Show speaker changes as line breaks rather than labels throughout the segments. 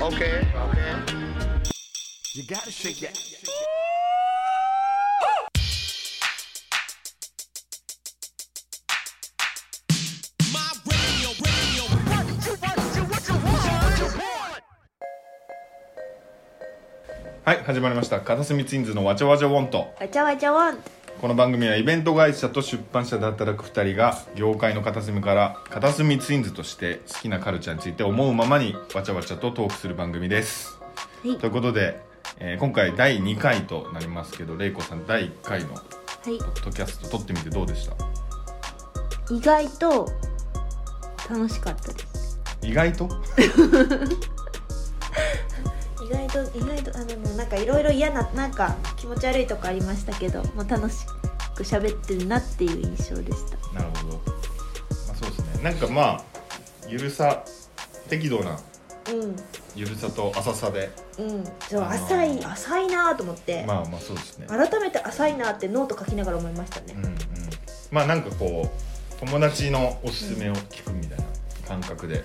Okay. Okay.
You gotta shake that.
はい始まりました片隅ツインズのわちゃわちゃウォント
わちゃわちゃワン
この番組はイベント会社と出版社で働く2人が業界の片隅から片隅ツインズとして好きなカルチャーについて思うままにわちゃわちゃとトークする番組です、
はい
ということで、えー今回第2回となりますけど玲子さん第1回のポッ
はい
ドキャスト撮ってみてどうでした
意外と楽しかったです
意外と
意外と意外とあのもうなんかいろいろ嫌ななんか気持ち悪いとこありましたけど、まあ、楽しく喋ってるなっていう印象でした
なるほど、まあ、そうですねなんかまあゆるさ適度な
うん
ゆるさと浅さで
うんそう
あのー
浅い浅いなと思って、
まあまあそうですね
改めて浅いなってノート書きながら思いましたね
うんうん、まあなんかこう友達のおすすめを聞くみたいな感覚で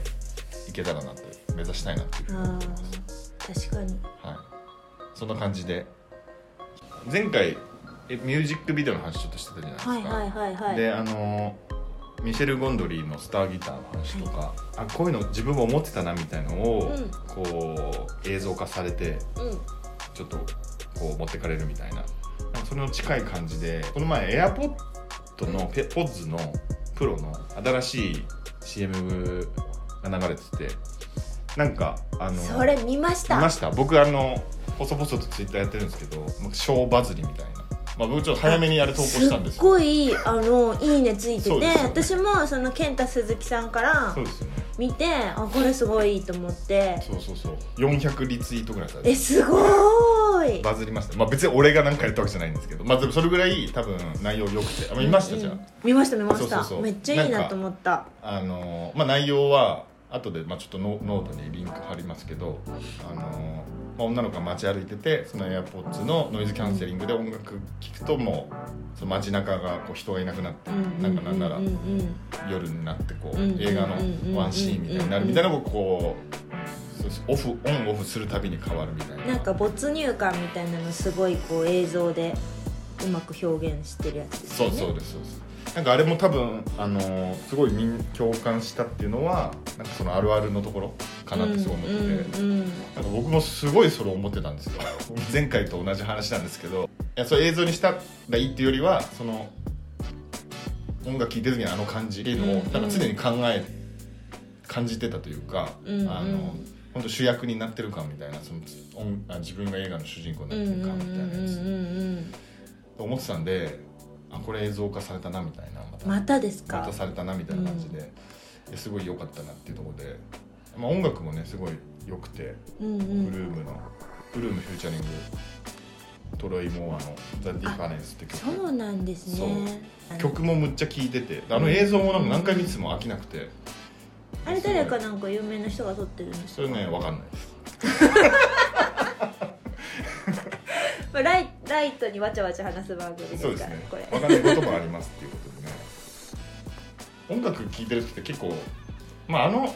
いけたらなという目指したいなというふうに思
あ
ってます、
ー確かに
はい、そんな感じで前回えミュージックビデオの話ちょっとしてたじゃないですか、
はいはいはいはい
であのーミシェル・ゴンドリーのスターギターの話とか、あこういうの自分も思ってたなみたいのを、
うん
こう映像化されて
うん
ちょっとこう持ってかれるみたいななんかそれの近い感じでこの前 AirPod のペポッズのプロの新しい CM が流れててなんかあの
それ見まし
見
た
ました僕あの細々とツイッターやってるんですけどもう小バズりみたいな、まあ、僕ちょっと早めにあれ投稿したんです
っ
よ
ごいあのいいねついてて、
そうですよね
私もその健太鈴木さんから
そうですよね
見てあこれすごいと思って
そうそうそう400リツイートぐらいされて
えすごーい
バズりましたまあ別に俺が何かやったわけじゃないんですけどまあでもそれぐらい多分内容良くてあ見ましたじゃあ、
うん見ました見ました
そうそうそう
めっちゃいい
なん
な
か
と思った
あのまあ、内容は後でまあちょっとノノートにリンク貼りますけど、あのまあ、女の子が街歩いててその AirPods のノイズキャンセリングで音楽聴くともうその街中がこう人がいなくなって、なんかなんなら
うんうん
夜になってこう、
うん
映画のワンシーンみたいになるみたいなのをこうそうオフオンオフするたびに変わるみたいな
なんか没入感みたいなのすごいこう映像でうまく表現してるやつです
そ
よ
う
ね
そうですそうですなんかあれも多分、あのすごいみん共感したっていうのはなんかそのあるあるのところかなってそう思ってて。
うんうんうん
なんか僕もすごいそれ思ってたん ですよ前回と同じ話なんですけどいやそれ映像にしたらいいっていうよりはその音楽聴いてる時のあの感じっていうのを
うんうん
なんか常に考え感じてたというか、
うんうん
あの本当主役になってる感みたいなその音あ自分が映画の主人公にな
うん
って
う
る
ん
感みたいなやつ、
うんうん
と思ってたんであこれ映像化されたなみたいなまた
またです
ま
か
たされたなみたいな感じで、いやすごい良かったなっていうところで、まあ、音楽もねすごい良くて。
うんう
ブルー
ん
ムのブルームフューチャリングトロイ・モアの「ザ・ディファレンス」って
そう
曲
なんですねあの
曲もむっちゃ聴いててあの映像もなんか何回見ても飽きなくて
あれ誰かなんか有名な人が撮ってるんです
それね分かんないです
まあライライトにわちゃわちゃ話す番組です
そう
か
です
ら
ね
これ
分かんないこともありますっていうことでね音楽聴いてる時って結構まああの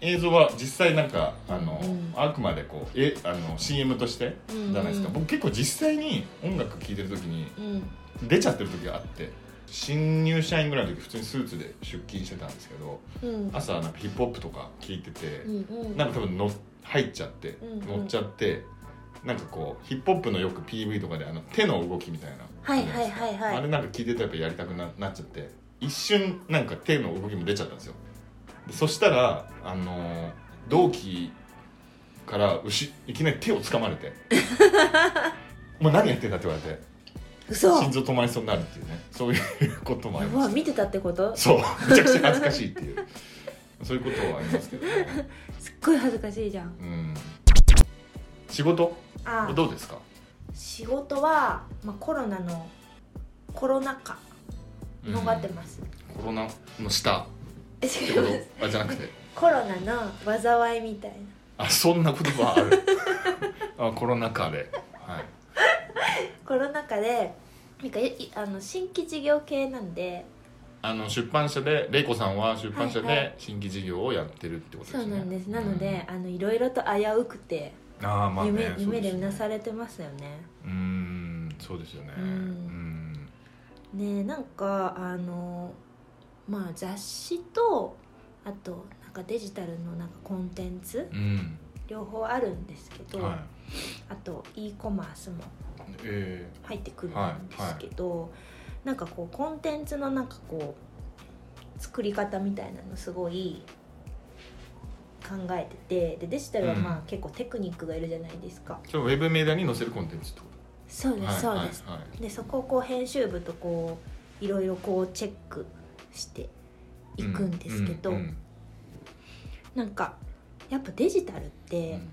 映像は実際なんかあの、
うん
あくまでこうえあの CM としてじゃないですか、
うん
僕結構実際に音楽聴いてる時に
うん
出ちゃってる時があって新入社員ぐらいの時普通にスーツで出勤してたんですけど
うん
朝なんかヒップホップとか聞いてて
う、んうん
なんか多分の入っちゃって、
うんうん
乗っちゃってなんかこうヒップホップのよく PV とかであの手の動きみたいな
はいはいはいはい
あれなんか聞いてたらやっぱやりたくななっちゃって一瞬なんか手の動きも出ちゃったんですよでそしたらあのー同期からうしいきなり手を掴ま れて「お前何やってんだ」って言われて
嘘
心臓止まりそうになるっていうねそういうこともあ
や
りま
ば
す
見てたってことす
そうめちゃくちゃ恥ずかしいっていうそういうことはありますけど、ね、
っごい恥ずかしいじゃん
うん仕事
あ
どうですか、
仕事は、まあ、コロナのコロナ禍
うん
逃ってます、
コロナの下
え
って
違い
こ
ます
とあじゃなくて
コロナの災いみたいな
あそんな言葉あるあコロナ禍ではい
コロナ禍でなんかいいあの新規事業系なんで
ああの出版社で玲子さんは出版社
はいは
で新規事業をやってるってことです
そ
ね
うなんですなので、あのいろいろと危うくて
うんああまあね
夢,、
そうす
夢でうなされてますよね
うーんそうですよねう
うん
ん
ねえなんかあのまあ雑誌とあとなんかデジタルのなんかコンテンツ
うん
両方あるんですけど、
はい
あと e コマースも
え
入ってくるんですけど、なんかこうコンテンツのなんかこう作り方みたいなのすごい考えててでデジタルはまあ
うん
結構テクニックがいるじゃないですか、
ー、ちょっとウェブメディアに載せるコンテンツってこ
そう
と
です、そうです、
はいはい
でそこをこう編集部とこういろいろこうチェックしていくんですけど、
うんうん
なんかやっぱデジタルって、
うん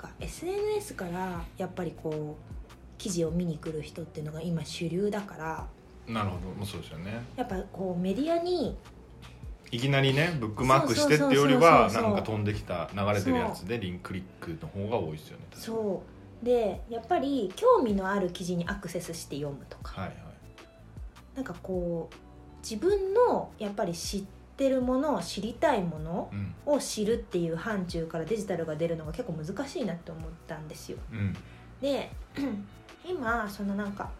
なんか SNS からやっぱりこう記事を見に来る人っていうのが今主流だから
なるほどもうそうですよね
やっぱこうメディアに
いきなりねブックマークしてってより
そうそうそう
は
そう
なんか飛んできた流れてるやつでリンククリックの方が多いですよね確かに
そうでやっぱり興味のある記事にアクセスして読むとか、
はいはい
なんかこう自分のやっぱり知ってるもの知りたいもの
うん
を知るっていう範疇からデジタルが出るのが結構難しいなって思ったんですよ
うん
で 今そのなんか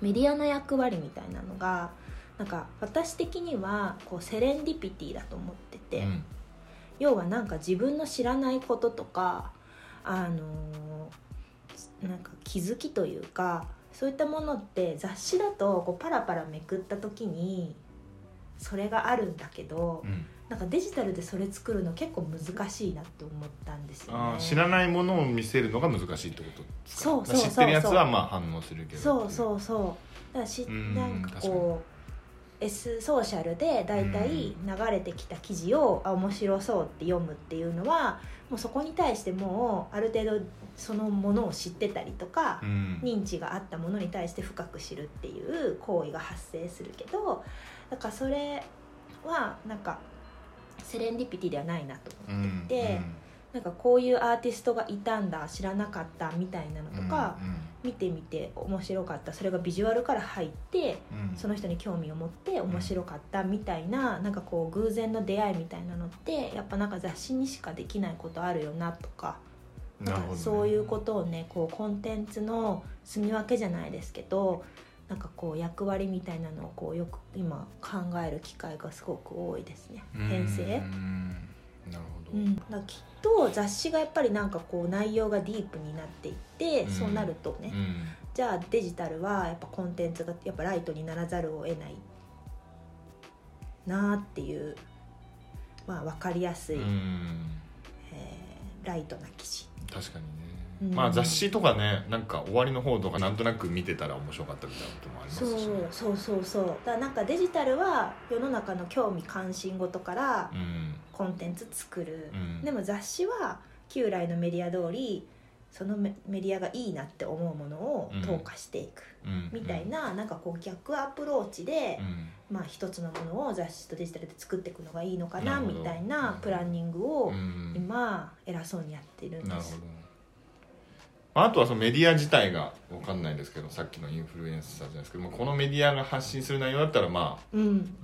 メディアの役割みたいなのがなんか私的にはこうセレンディピティだと思ってて、
うん
要はなんか自分の知らないこととかあのーなんか気づきというかそういったものって雑誌だとこうパラパラめくった時にそれがあるんだけど、
うん
なんかデジタルでそれ作るの結構難しいなって思ったんですよ
あ
ね
ー知らないものを見せるのが難しいってことですか
そうそうそうそう
知ってるやつはまあ反応するけど
そう
う
そうそうだからし
うん
なんか
確か
こう S ソーシャルでだいたい流れてきた記事をあ面白そうって読むっていうのはもうそこに対してもうある程度そのものを知ってたりとか
う、ん
認知があったものに対して深く知るっていう行為が発生するけどだからそれはなんかセレンディピティではないなと
う
思って
ん
いて、なんかこういうアーティストがいたんだ知らなかったみたいなのとか、見てみて面白かったそれがビジュアルから入って
うんうんうん
その人に興味を持って面白かったみたいななんかこう偶然の出会いみたいなのってやっぱなんか雑誌にしかできないことあるよなとかなんかそういうことをねこうコンテンツの住み分けじゃないですけどなんかこう役割みたいなのをこうよく今考える機会がすごく多いですね
うん
編成。
うんなるほど、
うん、だからきっと雑誌がやっぱりなんかこう内容がディープになっていって、
うん
そうなるとね、
うん
じゃあデジタルはやっぱコンテンツがやっぱライトにならざるを得ないなっていうまあ分かりやすい、
うん
えーライトな記事
確かに
う
ね、
ん
まあ雑誌とかねなんか終わりの方とかなんとなく見てたら面白かったみたいなこともありますし
そうそうそうそうだからなんかデジタルは世の中の興味関心事から
うん
コンテンツ作る、
うん
でも雑誌は旧来のメディア通りそのメメディアがいいなって思うものを投下していく、
うん
みたいな、なんかこう逆アプローチで
う、ん
まあ、一つのものを雑誌とデジタルで作っていくのがいいのか
な
な
るほ
み
ど
たいなプランニングを
うん
今偉そうにやってるんで
なるほ
す
ど、まあ、あとはそのメディア自体が分かんないですけどさっきのインフルエンサーじゃないですけど、まあ、このメディアが発信する内容だったらまあ
うん
うん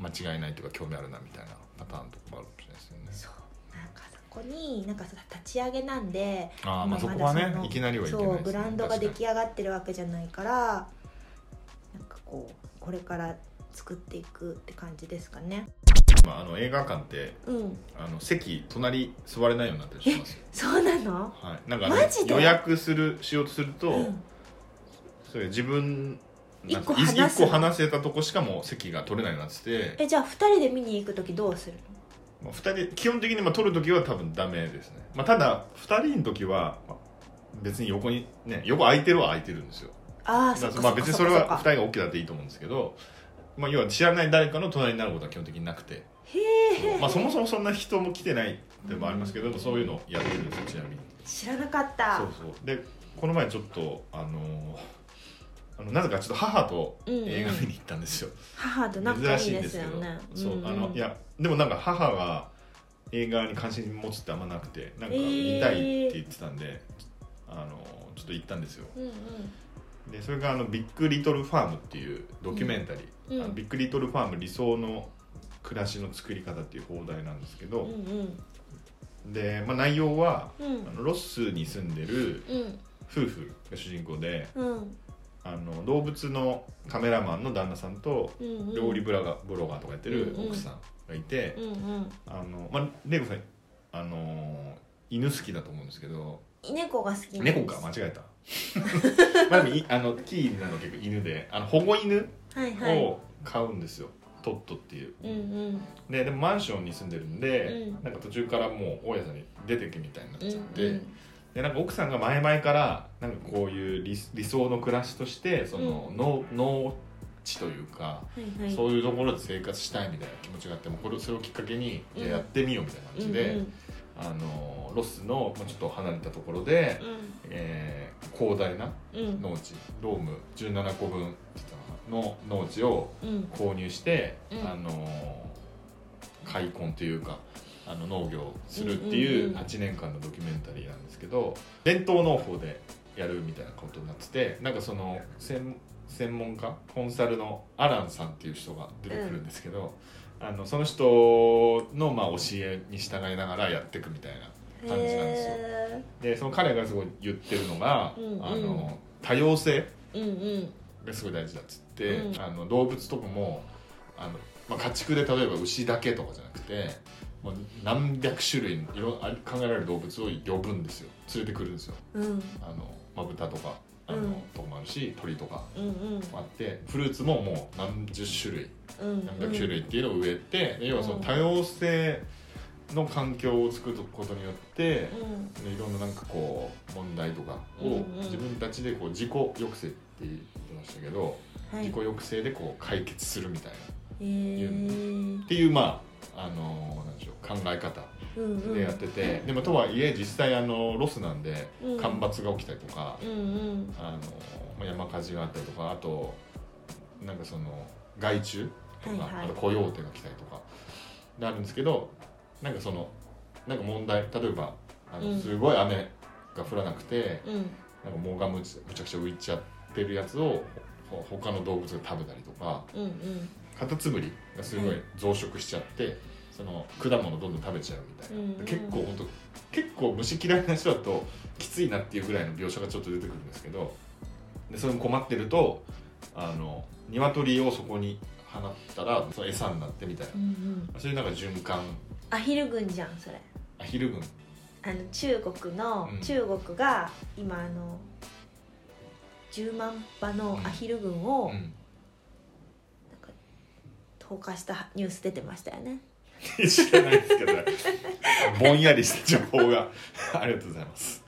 間違いないというか興味あるなみたいなパターンとかもあるかもしれないですよね
そうなんかそこになんかさ立ち上げなんで
ああまあそ
まあ
こは
まだ
ね
その
いきなりはいけ
そ
ないです、ね、
うブランドが出
確か
来上がってるわけじゃないからなんかこうこれから作っていくって感じですかね
にまあ、あの映画館って
うん
あの席隣座れないようになったりしますよ
そうなの
はい、なんか、
マジで
予約するしようとすると、
うん
それ自分な
一
ん
個
か
離す
一個離せたとこしかもう席が取れないようになってて、
えじゃあ2人で見に行く時どうする
まあ、二人基本的にまあ取る時は多分ダメですね、まあ、ただ2人の時はまあ別に横にね横空いてるは空いてるんですよ
のああ
だ
そ
か
っ
ら
か
ま
そ
あ
っか
別
そ
に
っ
それ
かそっ
は2
か
人が OK だっていいと思うんですけど、まあ、要は知らない誰かの隣になることは基本的になくて
へえ
まあそもそもそんな人も来てないでもありますけど、そういうのやってるんですよちなみに
知らなかった
そうそうでこの前ちょっとあのーあのなぜかちょっと母と映画見に行ったんですよ、
母と仲
珍
いい
しいん
で
ですす
よ
けど
ね
そう
うん
あのいやでもなんか母が映画に関心持つってあんまなくてなんか見たいって言ってたんで、あのーちょっと行ったんですよ
うんうん
でそれがあの「ビッグ・リトル・ファーム」っていうドキュメンタリー、
うん
あのビッグ・リトル・ファーム理想の暮らしの作り方っていう放題なんですけ
う
ど、
ん
で、まあ、内容は
う
あ
ん
のロスに住んでる
うん
夫婦が主人公で
うん
あの動物のカメラマンの旦那さんと
うん
料理ブラガブロガーとかやってる奥さんがいて、
うんうん
あのまあ、レイコさんあの犬好きだと思うんですけど
猫が好きなんです
猫か間違えた まあでもいあのキーなの結構犬であの保護犬
はいはい
を飼うんですよ、トットっていう、
うんうん
ででもマンションに住んでるんで、
うん
なんか途中からもう大家さんに出てけみたいになっ
うん
ちゃって、
うん
でなんか奥さんが前々からなんかこういう理理想の暮らしとしてその農,、農地というか、
はいはい
そういうところで生活したいみたいな気持ちがあってもうこれそれをきっかけに、いややってみようみたいな感じで、
うん
あのロスのまあちょっと離れたところで、えー広大な
うんうん
農地ローム17個分の農地を
うん
購入して、
うん
あのー開墾というかあの農業するってい
うんうん
う
うん
8年間のドキュメンタリーなんですけど伝統農法でやるみたいなことになっててなんかその専専門家コンサルのアランさんっていう人が出てくるんですけど、あのその人のまあ教えに従いながらやっていくみたいな感じなんですよ
へ
でその彼がすごい言ってるのが、
うんうん
あの多様性
ーうんうん
がすごい大事だっつって、
うん
あの動物とかもあの、まあ、家畜で例えば牛だけとかじゃなくてもう何百種類いろあ考えられる動物を呼ぶんですよ連れてくるんですよ
うん
あの、まあ、豚とかあの、
うん
とかもあるし鳥とか
うんうん
もあってフルーツももう何十種類
うん
何百種類っていうのを植えて、で要はその多様性の環境を作ることによって、
うん
いろんななんかこう問題とか
うん
を
うん
自分たちでこう自己抑制って言ってましたけど、
はい
自己抑制でこう解決するみたいな
へー
っていうまああのなんでしょう考え方
うんうん
でやってて、でもとはいえ実際あのロスなんで
うん
干ばつが起きたりとか、
うんうん
あのまあ山火事があったりとかあとなんかその害虫とか、
はいはい
あとコヨーテが来たりとかであるんですけどなんかそのなんか問題例えばあの、
うん
すごい雨が降らなくて
うん
なんか藻がむちむちゃくちゃ浮いちゃってるやつをほ他の動物が食べたりとか
うんうん
カタツムリがすご
はいい
増殖しちゃって、その果物どんどん食べちゃうみたいな、
うんうん
結構本当結構虫嫌いな人だときついなっていうぐらいの描写がちょっと出てくるんですけどでそれも困ってるとあの鶏をそこに放ったらその餌になってみたいな
うんうん
そういうなんか循環
アヒル軍じゃんそれ
アヒル群
あの中国の、
うん
中国が今あの10万羽のアヒル軍を、
う
なん
ん
か投下したニュース出てましたよ ね
知らないです けどぼんやりした情報がありがとうございます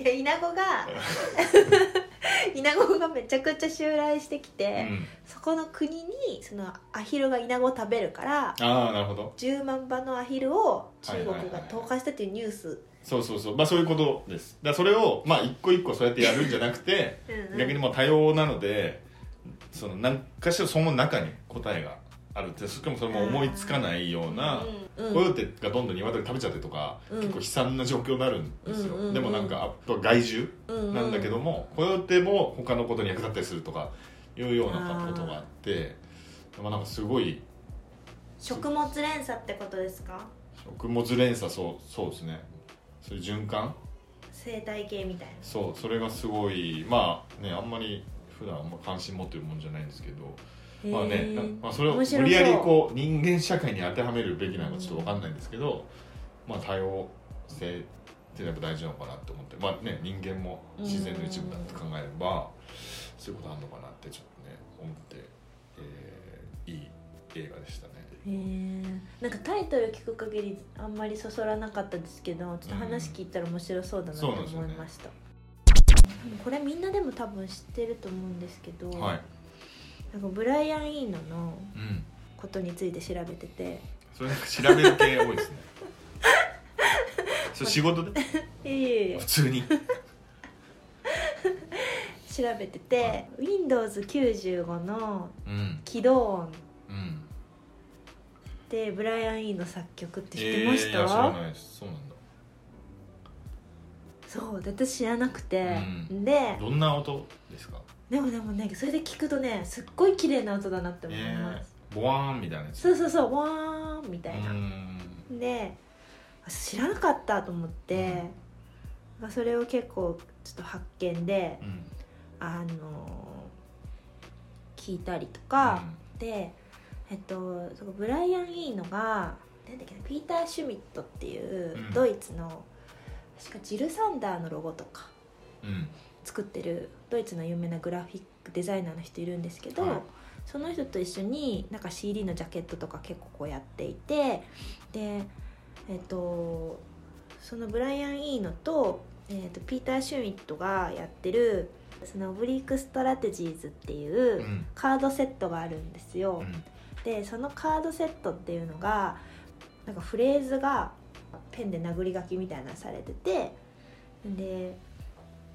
いやイナゴが イナゴがめちゃくちゃ襲来してき
う
て、
ん、
そこの国にそのアヒルがイナゴを食べるから
ああなるほど
10万羽のアヒルを中
はい
国
はい
が
はい
投下したっていうニュース
そうそうそうまあそういうことですだからそれをまあ一個一個そうやってやるんじゃなくて
うんうん
逆にもう多様なのでその何かしらその中に答えがあるってしかもそれも思いつかないよう
う
な
ん
コヨーテがどんどん鶏食べちゃってとか、
うん
結構悲惨な状況になるんですよ、
うんうんうん
でもなんかあとは害獣
うん
なんだけども、コヨーテも他のことに役立ったりするとかいうようなことがあってでもなんかすごい
食物連鎖ってことですか
食物連鎖そうそうですねそういう循環
生態系みたいな
そうそれがすごいまあねあんまり普段あんま関心持ってるもんじゃないんですけどまあね、なまあ、それを無
面白そう
理やりこう人間社会に当てはめるべきなのかちょっと分かんないんですけど、まあ、多様性ってやっぱ大事なのかなと思って、まあね、人間も自然の一部だって考えれば、そういうことあるのかなってちょっとね思って、えーいい映画でしたね。
へえなんかタイトル聞く限りあんまりそそらなかったですけどちょっと話聞いたら面白そうだなと
そうなん
思
ですよね
いました、でもこれみんなでも多分知ってると思うんですけど、
はい、
なんかブライアン・イーノの
うん、
ことについて調べてて
それなんか調べる系多 いですね。それ仕事で
いえいえいえ
普通に
調べてて、
はい
Windows95 の
うん
「起動音」
うん
ってブライアン・イーノ作曲って知っ
え
てました、
ーいや知らないですそうなんだ
そうで私知らなくて、
う
で
どんな音ですか
でもでもねそれで聞くとねすっごい綺麗な音だなって思い
え
ます、
ー、ボワーンみたいなやつ
そうそうそうわーんみたいな
う、ん
で知らなかったと思って、まあそれを結構ちょっと発見で
うん
あの聞いたりとか、でえっとそのブライアン・イーノがなんだっけなピーター・シュミットっていう
うん
ドイツの、確かジル・サンダーのロゴとか
うんうん
作ってるドイツの有名なグラフィックデザイナーの人いるんですけど、
はい
その人と一緒になんか CD のジャケットとか結構こうやっていてでえっ、とそのブライアン・イーノと,、えー、とピーター・シュミットがやってるそのオブリーク・ストラテジーズっていううんカードセットがあるんですよ。
うん
でそのカードセットっていうのがなんかフレーズがペンで殴り書きみたいなのされててで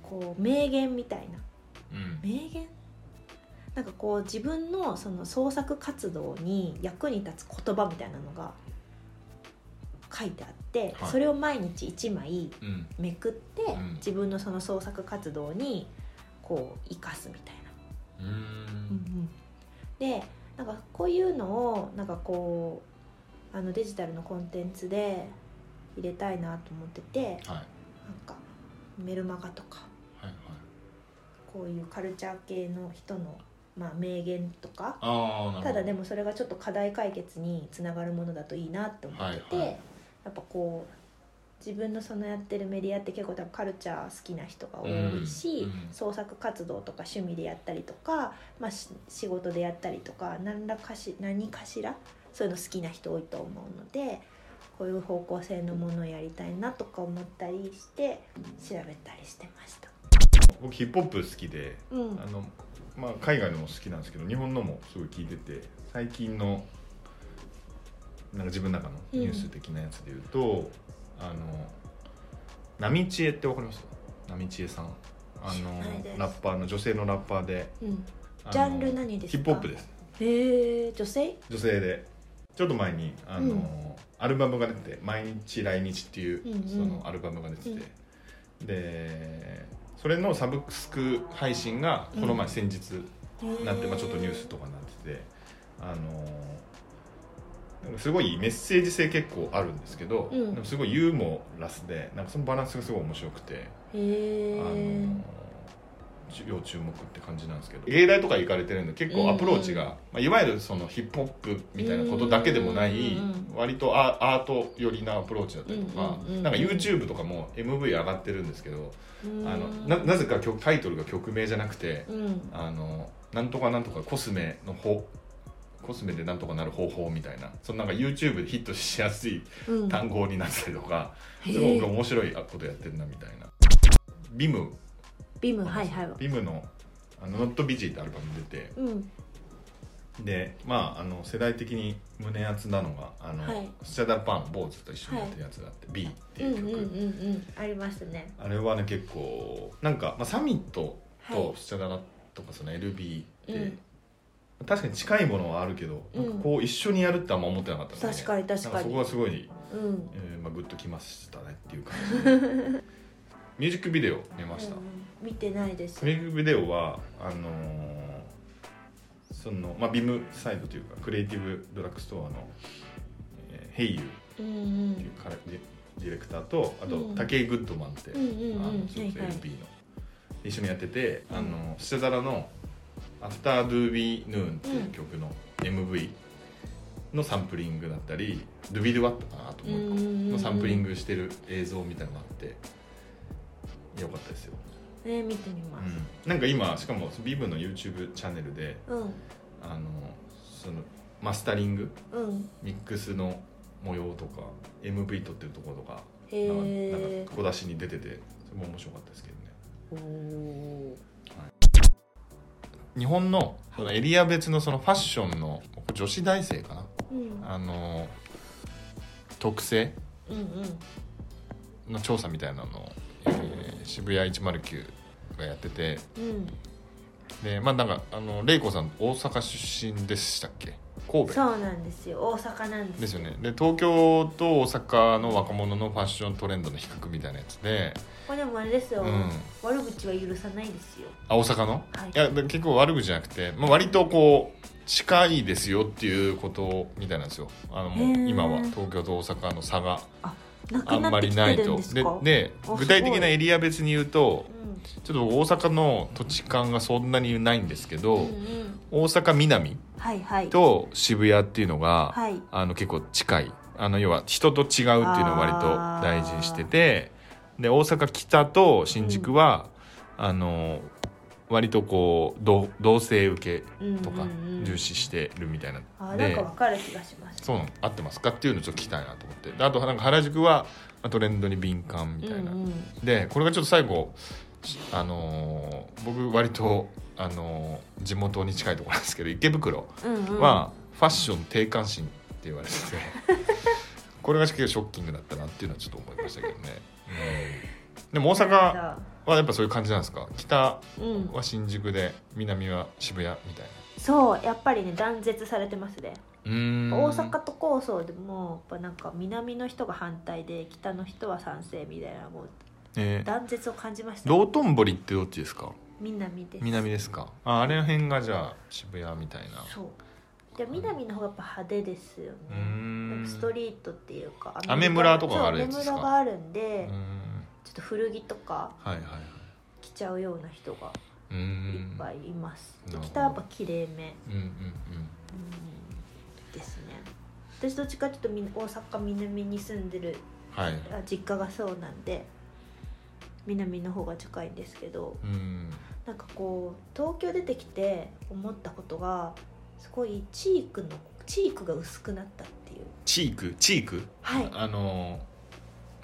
こう名言みたいな
うん
名言なんかこう自分のその創作活動に役に立つ言葉みたいなのが書いてあって、
はい
それを毎日1枚
うん
めくって、
ん
自分のその創作活動にこう生かすみたいな。
う
うんうんんでなんかこういうのをなんかこうあのデジタルのコンテンツで入れたいなと思っててなん
はい
かメルマガとか
はいはい
こういうカルチャー系の人の、まあ、名言とか
ああなるほど
ただでもそれがちょっと課題解決につながるものだといいなって思ってて、
はいはい
やっぱこう自分のそのやってるメディアって結構多分カルチャー好きな人が多いし、
うんうん
創作活動とか趣味でやったりとか、まあ、し仕事でやったりとか何らかし何かしらそういうの好きな人多いと思うのでこういう方向性のものをやりたいなとか思ったりして調べたりしてました。
僕ヒップホップ好きで
うん
あの、まあ、海外のも好きなんですけど日本のもすごい聞いてて最近のなんか自分の中のニュース的なやつで言うと、あの波千恵ってわかります波千恵さんあ
知ら
の
ないです
ラッパーの女性のラッパーで
うん、
あの
ジャンル何ですか
ヒップホップです
へえ女性
女性でちょっと前にあの、
うん
アルバムが出てて「毎日来日」っていう、
うんうん
そのアルバムが出てて、でそれのサブスク配信がこの前先日、なって、まあ、ちょっとニュースとかになっててあのーなんかすごいメッセージ性結構あるんですけど、
うん
でもすごいユーモラスでなんかそのバランスがすごい面白くて、
へえ
あのーち要注目って感じなんですけど芸大とか行かれてるんで結構アプローチが、
うん
まあ、いわゆるそのヒップホップみたいなことだけでもない、
うんうん
割とアアート寄りなアプローチだったりとか、
うんうんうん
なんか YouTube とかも MV 上がってるんですけど、
うん
あのななぜか曲タイトルが曲名じゃなくて。
うん
あのなんとかなんとかコスメの方コスメでなんとかなる方法みたいなそのなんか YouTube でヒットしやすい
うん
単語になったりとか、
へ
すごく
え
面白いことやってるなみたいな。ビム
ビムはいはい
ビムのあの Not Busy ってアルバム出て
うん
でまああの世代的に胸熱なのがあの、
はい
スチャダパン坊主と一緒にやってるやつがあって、B って
う
い
ん
う
うん
曲、
うんうんありますね
あれはね結構なんか、まあ、サミット
はい
とスチャダラとかその LB って、
うん
確かに近いものはあるけど、
うん
なんかこう一緒にやるってあんま思ってなかったので
確かに確かに
なんそこがすごい、
うん
えーまあ、グッときましたねっていう感 じでミュージックビデオ見ました、
うん見てないです
ミュージックビデオはあのーその、まあ、ビムサイドというかクリエイティブドラッグストアの、えーヘイユーっ
うん
ていうカラディディレクターとあと、
うん
タケイ・グッドマンって、
うんうんうん
あ
はい
のちょっと LP の、一緒にやってて、あのステザラの「After Do Be Noon」っていう曲の MV のサンプリングだったり「Do Be Do What」かなあと
うん
思
うんうん
うのサンプリングしてる映像みたいなのがあってよかったですよ、
ね見てみ
う
ます
ん、なんか今しかも BEAM の YouTube チャンネルで
うん
あのそのマスタリング
うん
ミックスの模様とか MV 撮ってるところとか
へ
なんかなん
え
か小出しに出ててそれも面白かったですけどね
おー
日本のそのエリア別のそのファッションの女子大生かな
うん
あの特性
うんうん
の調査みたいなのを、えー渋谷109がやってて
うん
でまあなんかあの玲子さん大阪出身でしたっけ神戸
そうなんですよ大阪なんです
ですよねで東京と大阪の若者のファッショントレンドの比較みたいなやつで
これでもあれですよ、
うん
悪口は許さないですよ
あ大阪の、
はい
い、やで結構悪口じゃなくて、まあ、割とこう近いですよっていうことみたいなんですよあのも
へー
う今は東京と大阪の差が
な
あ
く
ん
な
ま
って
り
き
な
て
い
るん
と
ですか
で
あすごい
具体的なエリア別に言うと
うん
ちょっと僕大阪の土地勘がそんなにないんですけど、
うんうん
大阪南
はいはい
と渋谷っていうのが、
はい
あの結構近いあの要は人と違うっていうのを割と大事にしててで大阪北と新宿は、あの割とこう同同性受けとか
うんうんうん
重視してるみたいな、
あなん
で
かわかる気がします
そうなの合ってますかっていうのをちょっと聞きたいなと思ってであとなんか原宿はまあトレンドに敏感みたいな、
うんうん
でこれがちょっと最後しあのー僕割と、あのー地元に近いところなんですけど池袋
うんうん
はファッション低関心って言わ れててこれが結構ショッキングだったなっていうのはちょっと思いましたけどね、うんでも大阪はやっぱそういう感じなんですか北
うん
は新宿で南は渋谷みたいな
そうやっぱりね断絶されてますね
うーん
大阪と高層でもやっぱなんか南の人が反対で北の人は賛成みたいなもう
えー
断絶を感じました
道頓堀ってどっちですか
南です
南ですかああれの辺がじゃあ渋谷みたいな
そうじゃあ南の方がやっぱ派手ですよね
うー
なん
ん
かストリートっていうか
アメ村とかがあるや
そ
つで
うア
す
メ
か
村があるん
う
で
ーん
ちょっと古着とか
はいはいはい
着ちゃうような人が
うー
いっ
ん
ぱいいます
うんなるほど
北はやっぱきれいめ
うんうんうん
うんですね私どっちかちょっとみん大阪南に住んでる
はい
あ実家がそうなんで南の方が近いんですけど
うん
なんかこう東京出てきて思ったことがすごいチークのチークが薄くなったっていう
チークチーク
はい
あの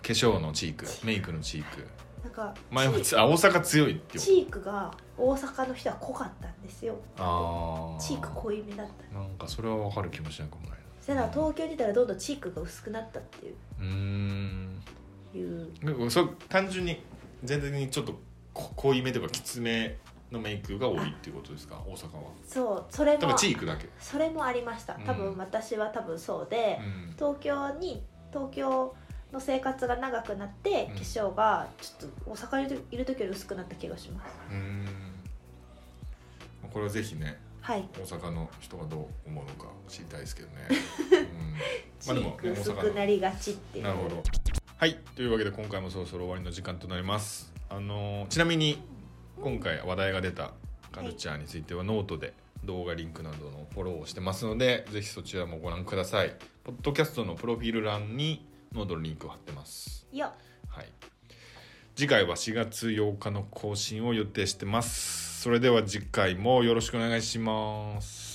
化粧のチークメイクのチーク
なんか
前は
チ
あ大阪強いっ
ー
てよ
チークが大阪の人は濃かったんですよ
あー
チーク濃いめだった
なんかそれは分かる気もしなくもないな
そしたら東京にいたらどんどんチークが薄くなったっていう
うーん
いう
そう単純に全然にちょっとこ濃いめとかきつめのメイクが多いっていうことですか大阪は
そうそれ
多
も
分チークだけ
それもありました多
う
分
ん
私は多分そうで、
うん
東京に東京の生活が長くなって化
うん
粧がちょっと大阪にいる時より薄くなった気がします
うーんこれはぜひね
はい
大阪の人がどう思うのか知りたいですけど ね、
チ
うん、ま
ー
あ
ク
でもね
薄
大阪
く
の
なりがちっていう
なるほど。はい、というわけで今回もそろそろ終わりの時間となります。あのーちなみに今回話題が出たカルチャーについてはノートで動画リンクなどのフォローをしてますので、ぜひそちらもご覧ください。ポッドキャストのプロフィール欄にノートのリンクを貼ってます。
いや
はい。次回は4月8日の更新を予定してます。それでは次回もよろしくお願いします。